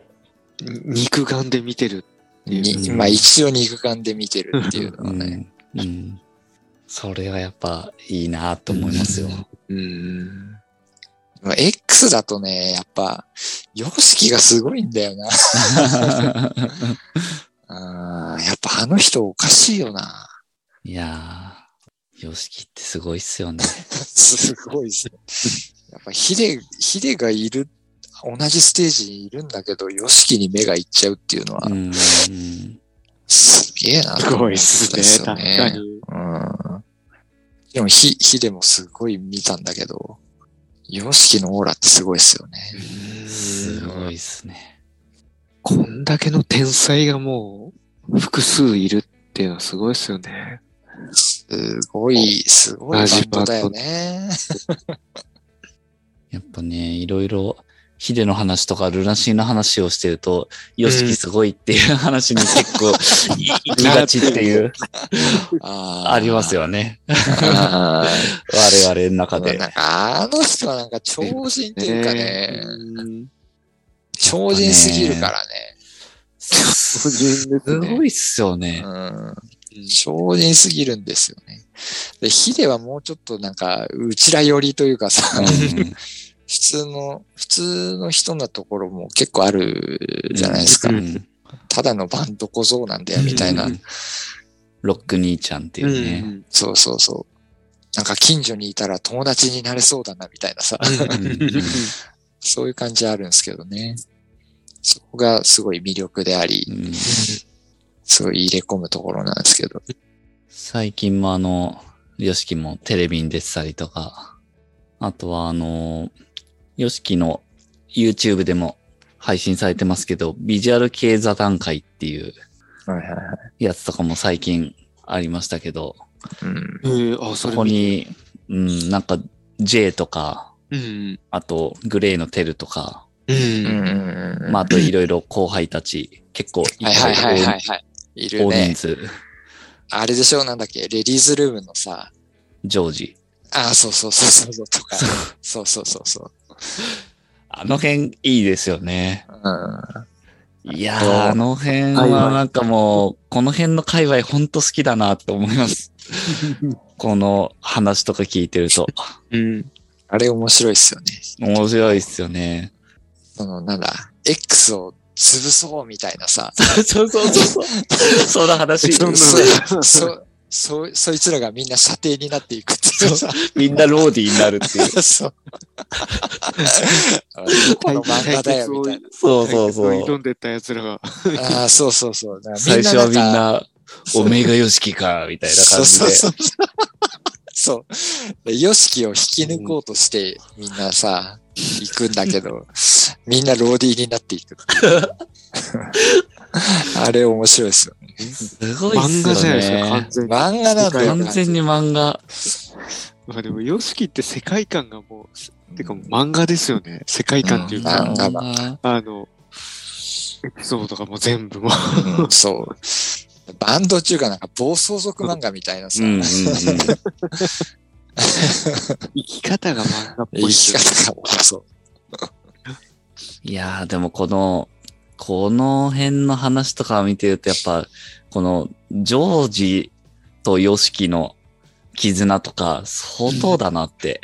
に肉眼で見てるっていう。
にまあ一応肉眼で見てるっていうの
う
はね。
ん。うん。それはやっぱいいなーと思いますよ。
うん。
まあ X だとね、やっぱ、様式がすごいんだよな。あーやっぱあの人おかしいよな。
いやー、ヨシキってすごいっすよね。
すごいです ね。やっぱヒデ、ヒデがいる、同じステージにいるんだけど、ヨシキに目がいっちゃうっていうのは
う、んうん。
すげえな。
すごいっすね。
そう
確か。に。
うん。でもヒ、ヒデもすごい見たんだけど、ヨシキのオーラってすごいですよね。
すごいっすね。
こんだけの天才がもう複数いるっていうのはすごいですよね。
すごい、すごいバンドだよね。
やっぱね、いろいろ、ヒデの話とかルナシーの話をしてると、ヨシキすごいっていう話に結 構、い行きがちっていう、
あ
あります
よ。
よね。
あー
我々の中で。
なんかあの人はなんか超人っていうかね、
うん
超人すぎるから
超人ですすね。
ごいっすよね。
ね。うん、超人すぎるんですよね。で、ヒデはもうちょっとなんか、うちら寄りというかさ、
う
普通の、普通の人なところも結構あるじゃないですか。
んうん
ただのバンド小僧なんだよ、みたいな。
うんロック兄ちゃんっていうね。
そうそうそう。なんか近所にいたら友達になれそうだな、みたいなさ。
うんうん
そういう感じあるんですけどね。そこがすごい魅力であり、
うん
すごい入れ込むところなんですけど。
最近もあの、ヨシキもテレビに出てたりとか、あとはあの、ヨシキの YouTube でも配信されてますけど、ビジュアル系座談会っていう
はいはいはい。
やつとかも最近ありましたけど、
うん。
えー、あ、そ
そ
れ
こ
見て
に、うん、なんか J とか、
うん。
あとグレーのテルとか、
うん。
うんうん
まああといろいろ後輩たち、結構いっ
はい
ぱ
はいいはいはいはい。い
大
る
大人
ね。
数、
あれでしょなんだっけレディーズルームのさ。
ジョージ。
ああ、そうそうそうそうそうとか。そうそうそうそう。
あの辺いいですよね。
うん。
いや
そう
ー、あの辺はなんかもう、この辺の界隈ほんと好きだなって思います。この話とか聞いてると。
うん。
あれ面白いっすよね。
面白いっすよね。
その、なんだ、X を潰そうみたいなさ。
そうそうそうそう。 その話。
そんな
そ、そ、そ、そいつらがみんな射程になっていくっていうさ。
みんなローディーになるっていう。
そう。 この漫画だよ、みたいな。
そうそうそう。
挑んでった奴ら
あ
が。
あ、そうそうそう。だから
最初はみん
か、
な、おめえがヨシキか、みたいな感じ
そうそう
で。
そう。そう。ヨシキを引き抜こうとして、みんなさ、行くんだけど、みんなローディーになっていくっていう。 あれ面白いですよね。
すごいっ
漫
す
画じゃないですか、
よ
完
ね。
全
漫
に。
画なんだよ。
完全に漫画。
まあでも、ヨシキって世界観がもう、てかもう漫画ですよね。世界観っていうか、
漫画だ
あの、エピソードとかも全部もう。
うんそう。バンド中がなんか暴走族漫画みたいな
う
さ、
んうんうん。
生き方が漫画っぽい
生き
ですよね。
方が暴走。
いやー、でもこの、この辺の話とかを見てると、やっぱ、この、ジョージとヨシキの絆とか、相当だなって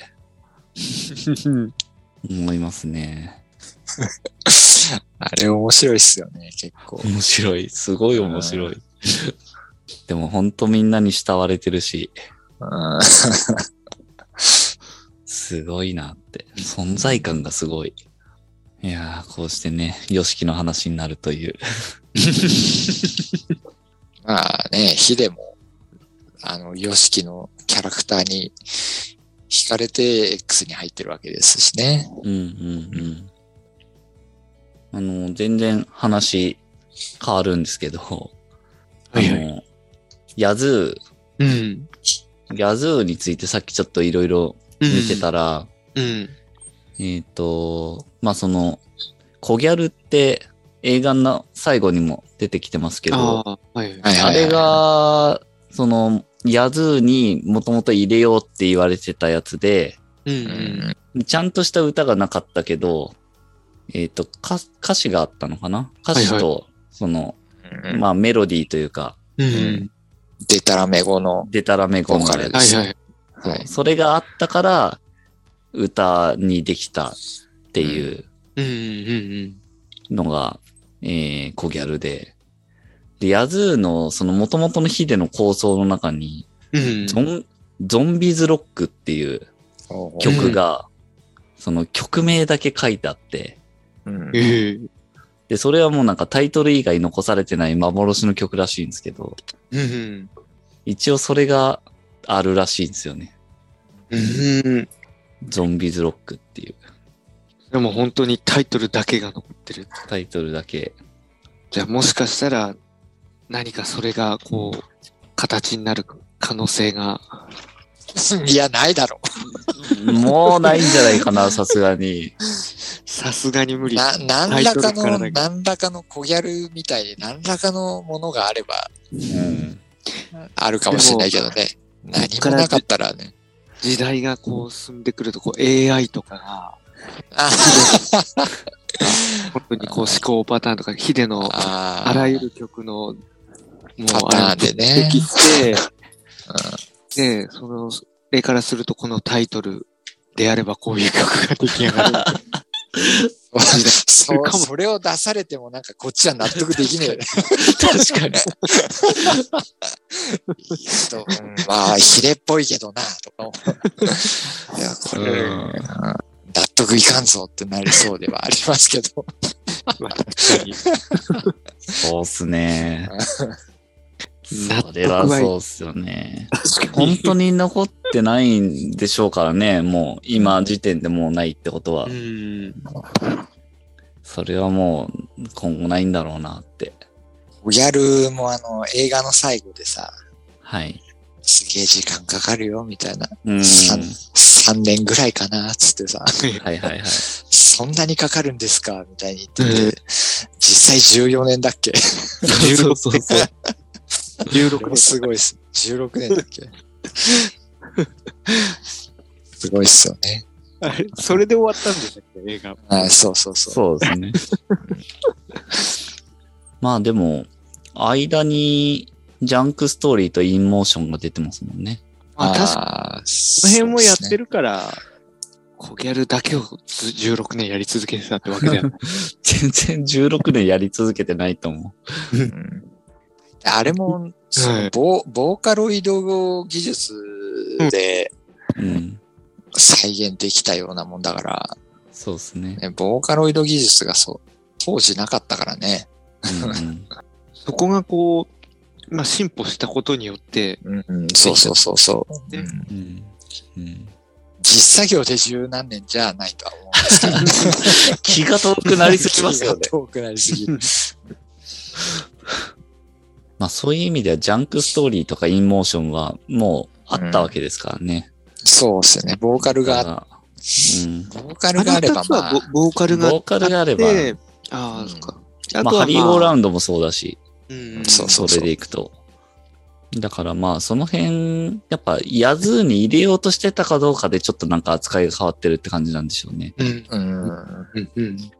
思いますね。
あれ面白いっすよね、結構。
面白い。すごい面白い。でもほんとみんなに慕われてるし、
うん
すごいなって。存在感がすごい。いやー、こうしてね、ヨシキの話になるという。
まあね、ヒデも、あの、ヨシキのキャラクターに惹かれて X に入ってるわけですしね。
うんうんうん。あの、全然話変わるんですけど、
はいはい
あの、ヤズ
うん。
ー、ヤズーについてさっきちょっといろいろ見てたら、
うん。
えっ、と、まあ、その、コギャルって映画の最後にも出てきてますけど、あ,、
ああ、はい。
はいはいはい
れが、その、ヤズーにもともと入れようって言われてたやつで、
う。
うん
ちゃんとした歌がなかったけど、えっ、と、歌歌詞があったのかな歌詞
はい
と、その、
ん
まあメロディーというか、
うんん。
デタラメ語の、
デタラメゴンがある
ボーカル
はいはい。
はい。
それがあったから、歌にできたっていう
うんうん
のが、えー、コギャルで。で、ヤズーの、その元々のヒデの構想の中に、
うん
ゾン、ゾンビーズロックっていう曲が、その曲名だけ書いてあって、
うん
ええ
で、それはもうなんかタイトル以外残されてない幻の曲らしいんですけど、
うん。
一応それがあるらしいんですよね。
うん。
ゾンビーズロックっていう
でも本当にタイトルだけが残ってる。
タイトルだけ。
じゃあもしかしたら何かそれがこう、形になる可能性が。
いや、ないだろ
もうないんじゃないか な、さすがに。
さすがに無
う。
理。
な、何らか
タイトルから
の、
だけ
何らかの小ギャルみたいに何らかのものがあれば、
うん。
あるかもしれないけどね。何
こっか
も
ら
なかったらね。
時代がこう進んでくると、こう AI と かが、
あ
本当にこう思考パターンとか、ヒデの
あー
あらゆる曲の、もう
パ
あ
ターンで
れを
ね。
分析して、で、その、それからするとこのタイトルであればこういう曲が出来上がる。
そ
かも
うそれを出されてもなんかこっちは納得でき ねえよね。
確かに。
いい人うんまあ、ヒレっぽいけどな、とか思う。いや、これ、
うん
納得いかんぞってなりそうではありますけど。
まあ 確かに
そうっすね。
納
そ
得
れは
はい
そうっすよね。
確か
本
に。
当に残ってないんでしょうからね、もう今時点でもうないってことは
う、ん。
それはもう今後ないんだろうなって。
ギャルもあの、映画の最後でさ、
はい。
すげえ時間かかるよ、みたいな。
うん。は
3, 年ぐらいかな、つってさ、
いはいはい。
そんなにかかるんですか、みたいに言ってて、実際14年だっ け
そうそうそう。16です
ごいっす。16年だっけすごいっすよね。
あれ、それで終わったんでしたっけ、映画。
あそうそうそう。
そうですね。 まあでも、間にジャンクストーリーとインモーションが出てますもんね。
あ、確か
かに。
こ
そ
の辺もやって
る。
るから、コギャルだけをず16年やり続けてたってわけだよね。
全然16年やり続けてないと思
うんあれも、そのボーボーカロイド技術で
う。うん。
再現できたようなもんだから、
そうですね。
ね、ボーカロイド技術がそう、当時なかったからね。
うんうん
そこがこう、まあ、進歩したことによって、
うん、そうそうそうそう、
ね
うん
うんうん
実作業で十何年じゃないとは思うんですけど。
気が遠くなりすぎます よね。
遠くなりすぎる。
まあそういう意味ではジャンクストーリーとかインモーションはもうあったわけですからね。
そうですよね。ボーカル
だか
が、
らうん。
ボーカルがあれば、まあ
の二つは、ボボーカルが
ボーカルがあれば
ってああ、そっか。あ
まあ
とは、まあ、
ハリー・ゴーラ
ン
ウンドもそうだし、
ド。うん、
そう
それでいくと。だからまあその辺、やっぱヤズーに入れようとしてたかどうかでちょっとなんか扱いが変わってるって感じなんでしょうね。
うん。
うん、
うん。うん。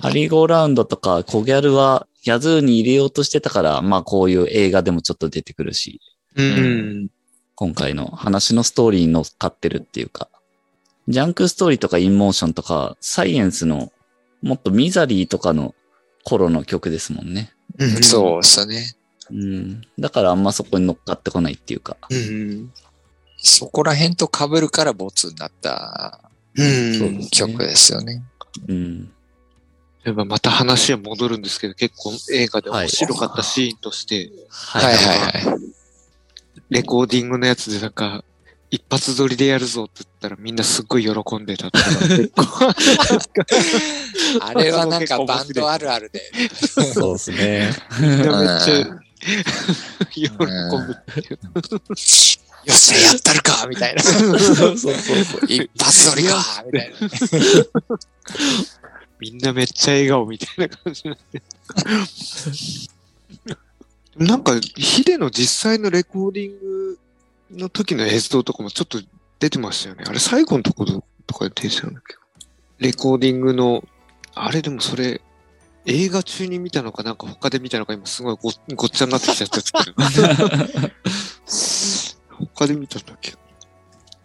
ハリー・ゴーラウンドとかコギャルはヤズーに入れようとしてたから、まあこういう映画でもちょっと出てくるし、
うん。
今回の話のストーリーに乗っかってるっていうか、ジャンクストーリーとかインモーションとか、サイエンスの、もっとミザリーとかの頃の曲ですもんね。
うん
そうですよね。
うん。だからあんまそこに乗っかってこないっていうか。
うん。うん。
そこら辺と被るからボツになった
うん。
そうです
曲ですよね。
うん。
例えばまた話は戻るんですけど、結構映画で面白かったシーンとして、
は
はい
い。
はいはい。
レコーディングのやつでなんか、一発撮りでやるぞって言ったらみんなすっごい喜ん でたとか結構
あれはなんかバンドあるあるで。
そうですね。
みん
うん
なめっ
よ
ちゃ喜ぶっていう。
っしゃ、やったるかみたいな。
そうそうそう。
一発撮りかみたいな。
みんなめっちゃ笑顔みたいな感じになって。なんか、ヒデの実際のレコーディングの時の映像とかもちょっと出てましたよね。あれ最後のところとかで出てたんだっけレコーディングの、あれでもそれ、映画中に見たのかなんか他で見たのか今すごいごごっちゃになってきちゃったんですけど。 他で見たんだっけ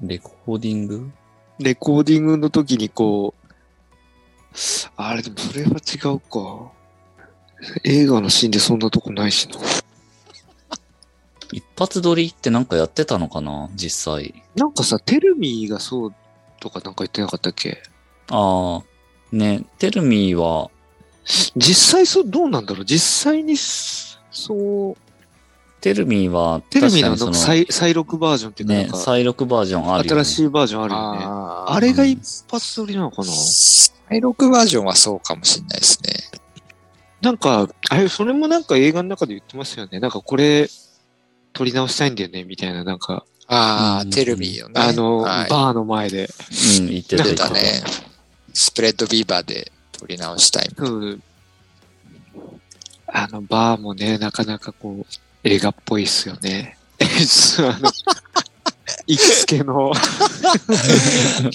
レコーディング
レコーディングの時にこう、あれでもそれは違うか。映画のシーンでそんなとこないしな。
一発撮りってなんかやってたのかな実際。
なんかさ、テルミーがそうとかなんか言ってなかったっけ
ああ、ね、テルミーは、
実際そう、どうなんだろう実際に、そう、
テルミーは、
テルミー
確か
のなん
に
か
その
再再録バージョンっていうかなん
ね、
か、
再録バージョンあるよ、ね。
新しいバージョンあるよね。あ
あー
れが一発撮りなのかな、
第6バージョンはそうかもしれないですね。
なんか、あれ、それもなんか映画の中で言ってますよね。なんかこれ、撮り直したいんだよね、みたいな、なんか、
ああ、
うん
テルミーよね。
あの、
はい
バーの前で。
うん、言ってた
そ
言
う
って
だ
た。
ね。スプレッドビーバーで撮り直したい。
うん。あの、バーもね、なかなかこう、映画っぽいっすよね。 あの、行きつけの、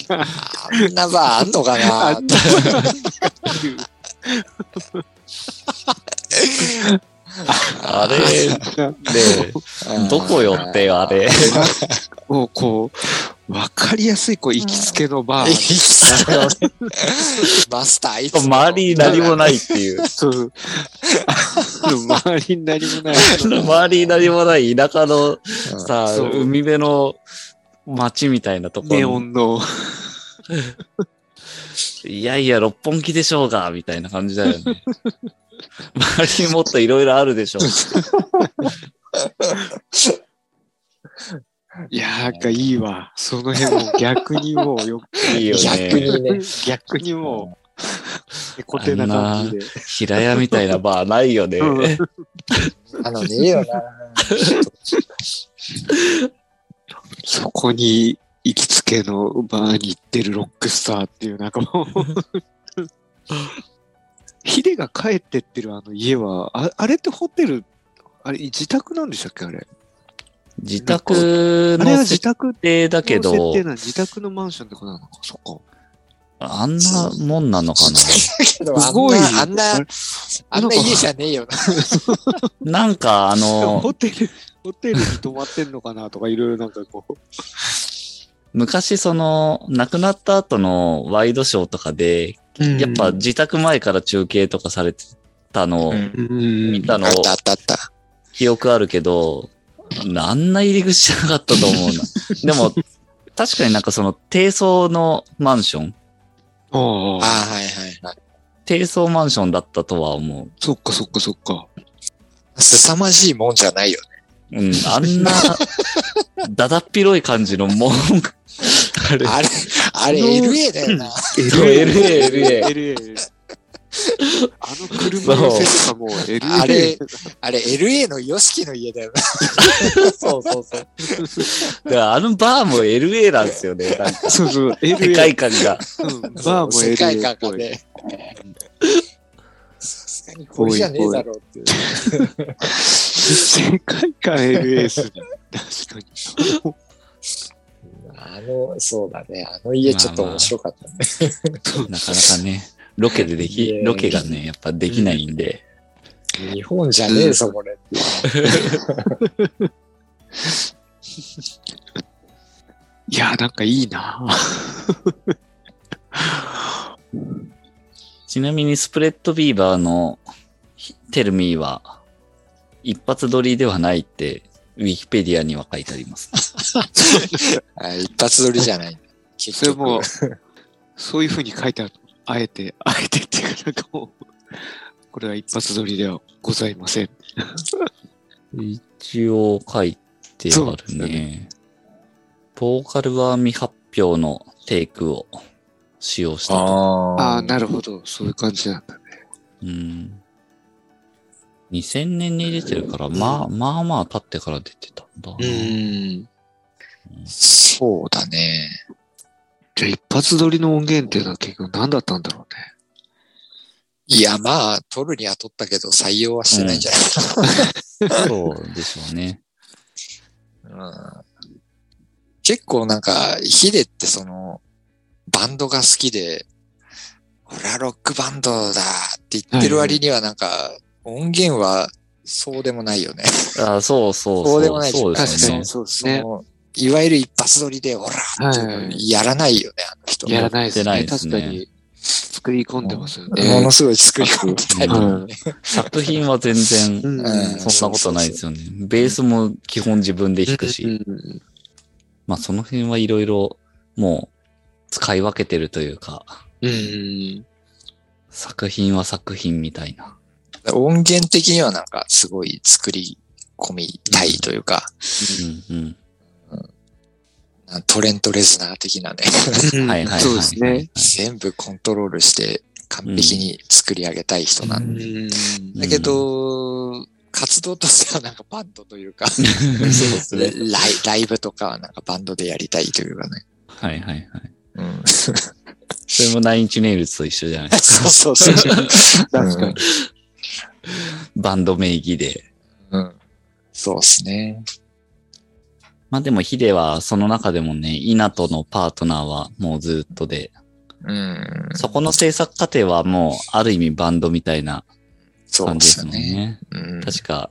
あんなバーあんのか
あ
な
あれで、 どこよっ。て、あれ。
もうこう、わかりやすい、こう、行きつけのバ
あー
ー
いいっ。すよねマスターいつも
周りに何もないっていう。
そう。周りに何も ない。
周りに何もない田舎の
うん
さ、
そう
海辺の街みたいなとこ
ネオ
ろに
ンの。
いやいや、六本木でしょうが、みたいな感じだよね。 周りにもっといろいろあるでしょう。
いやー、なんかいいわ。その辺もう逆にもうよ、
いいよ
逆
ね。
にね。
逆にもう、固定な感じで。
平屋みたいなバーないよね。
うん
あのねえよな。
そこに行きつけのバーに行ってるロックスターっていう、なんかもう。ヒデが帰ってってるあの家は、ああれってホテル、あれ自宅なんでしたっけあれ。
自宅
あれは
の
自
設
宅の
定だけ
設
ど
定、なの自宅のマンションってことなのか、そ っか。
あんなもんなのかな。
けどあ
す
ん
ごい。
な、あんな
あれ、
あんな家じゃねえよ
なんか、あの、
ホテル、ホテルに泊まってんのかなとか、いろいろなんかこう。
昔その、亡くなった後のワイドショーとかで、やっぱ自宅前から中継とかされてたのを
な。うん
見
見たの
あったあったあった。
記憶あるけど、あんな入り口じゃなかったと思うな。 でも、確かになんかその低層のマンション、
ああ、
ああ、はいはいはい。
低層マンションだったとは思う。
そっかそっかそっか。
凄まじいもんじゃないよね。
うん、あん な、だだっ広い感じのもん、あれ、
あれ、あれ
あの
LA だよな。
LA LA
LA。あの車のフェスとかもう LA。
あれ、あれ LA の YOSHIKI の家だよな。
そうそうそう。だからあのバーも LA なんですよね、なんか
そうそう、LA。
世界観が。
うんバーも LA っぽい。
世界観がね。さすがにこれじゃねえだろうっていう。
世界観 LA っすね。確かに。
あの、そうだね。あの家ちょっと面白かったね。
なかなかね、ロケでで
い
き
やい、や
ロケがね、やっぱできないんで。
日本じゃねえぞ、これ。
いや、なんかいいな
ちなみにスプレッドビーバーのテルミーは、一発撮りではないって、ウィキペディアには書いてあります。
あ一発撮りじゃない。結
それ
局
も、そういうふうに書いてある。あえて、あえてっていうか、なんかもう、これは一発撮りではございません。
一応書いて
そう
あ
で
る
す
ね。ボーカルは未発表のテイクを使用したと。
ああ、な
る
るほど。そういう感じなんだ。
うん。2000年に出てるから、まあ、まあまあ経ってから出てたんだな。
うん。そうだね。
じゃあ一発撮りの音源っていうのは結局何だったんだろうね。
いや、まあ、撮るには撮ったけど、採用はしてないんじゃ
そうでしょうね。
ない、うん結構なんか、ヒデってその、バンドが好きで、俺はロックバンドだって言ってる割にはなんか、音源はそうでもないよね。
あそうそうそう。
そうでもない
そうで
確
す
か
よね
に。そうです
そ
ね。
のいわゆる一発撮りで、オラっていうの
はい
やらないよね、あの人。
やらないです
やってない
ね。
です
確
ね
かに。作り込んでますよ
え
ね。
ー
ものすごい作り込んでたり、
うん
作品は全然、
ん
うん
そんなことないですよね。ベースも基本自分で弾く
う
し、
ん
まあその辺はいろいろもう使い分けてるというか、
うん。
作品は作品みたいな。
音源的にはなんかすごい作り込みたいというか、
うん
なトレント・レズナー的なね、
うん。はいはいはい。
そうですね。
全部コントロールして完璧に作り上げたい人なんで
うん
だけど、活動としてはなんかバンドというか、
そうです
ライ
ね。
ライブとかはなんかバンドでやりたいというかね。
はいはいはい。
うん、
それもナインチネイルズと一緒じゃないですか。
そうそうそう。
確かに。
バンド名義で。
うん、そうですね。
まあでもヒデはその中でもね、イナとのパートナーはもうずっとで、
うん、
そこの制作過程はもうある意味バンドみたいな
そう
感
で
じですす
よ
もん
ね。
ね。
うん、
確か、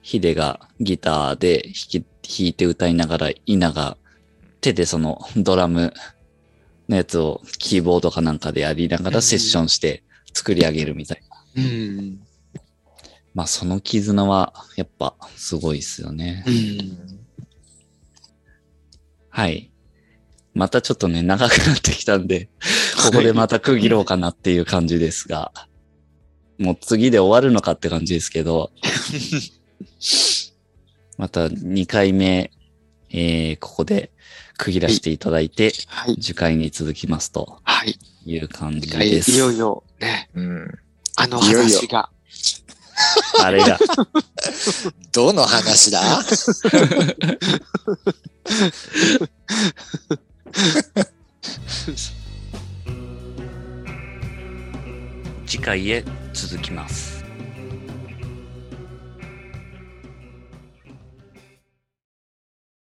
ヒデがギターで弾き弾いて歌いながら、イナが手でそのドラムのやつをキーボードかなんかでやりながらセッションして作り上げるみたいな。
うん。
まあその絆はやっぱすごいですよね。
うん。
はい。またちょっとね、長くなってきたんで、ここでまた区切ろうかなっていう感じですが、もう次で終わるのかって感じですけ ど、また2回目、えーここで区切らせていただいて、
はい。
次回に続きますと
はい。
いう感じ
はい。
で
いよ
す。
いよ、ね、
うん、
あの
いよいよ
話が。
あれが、
どの話だ
次回へ続きます。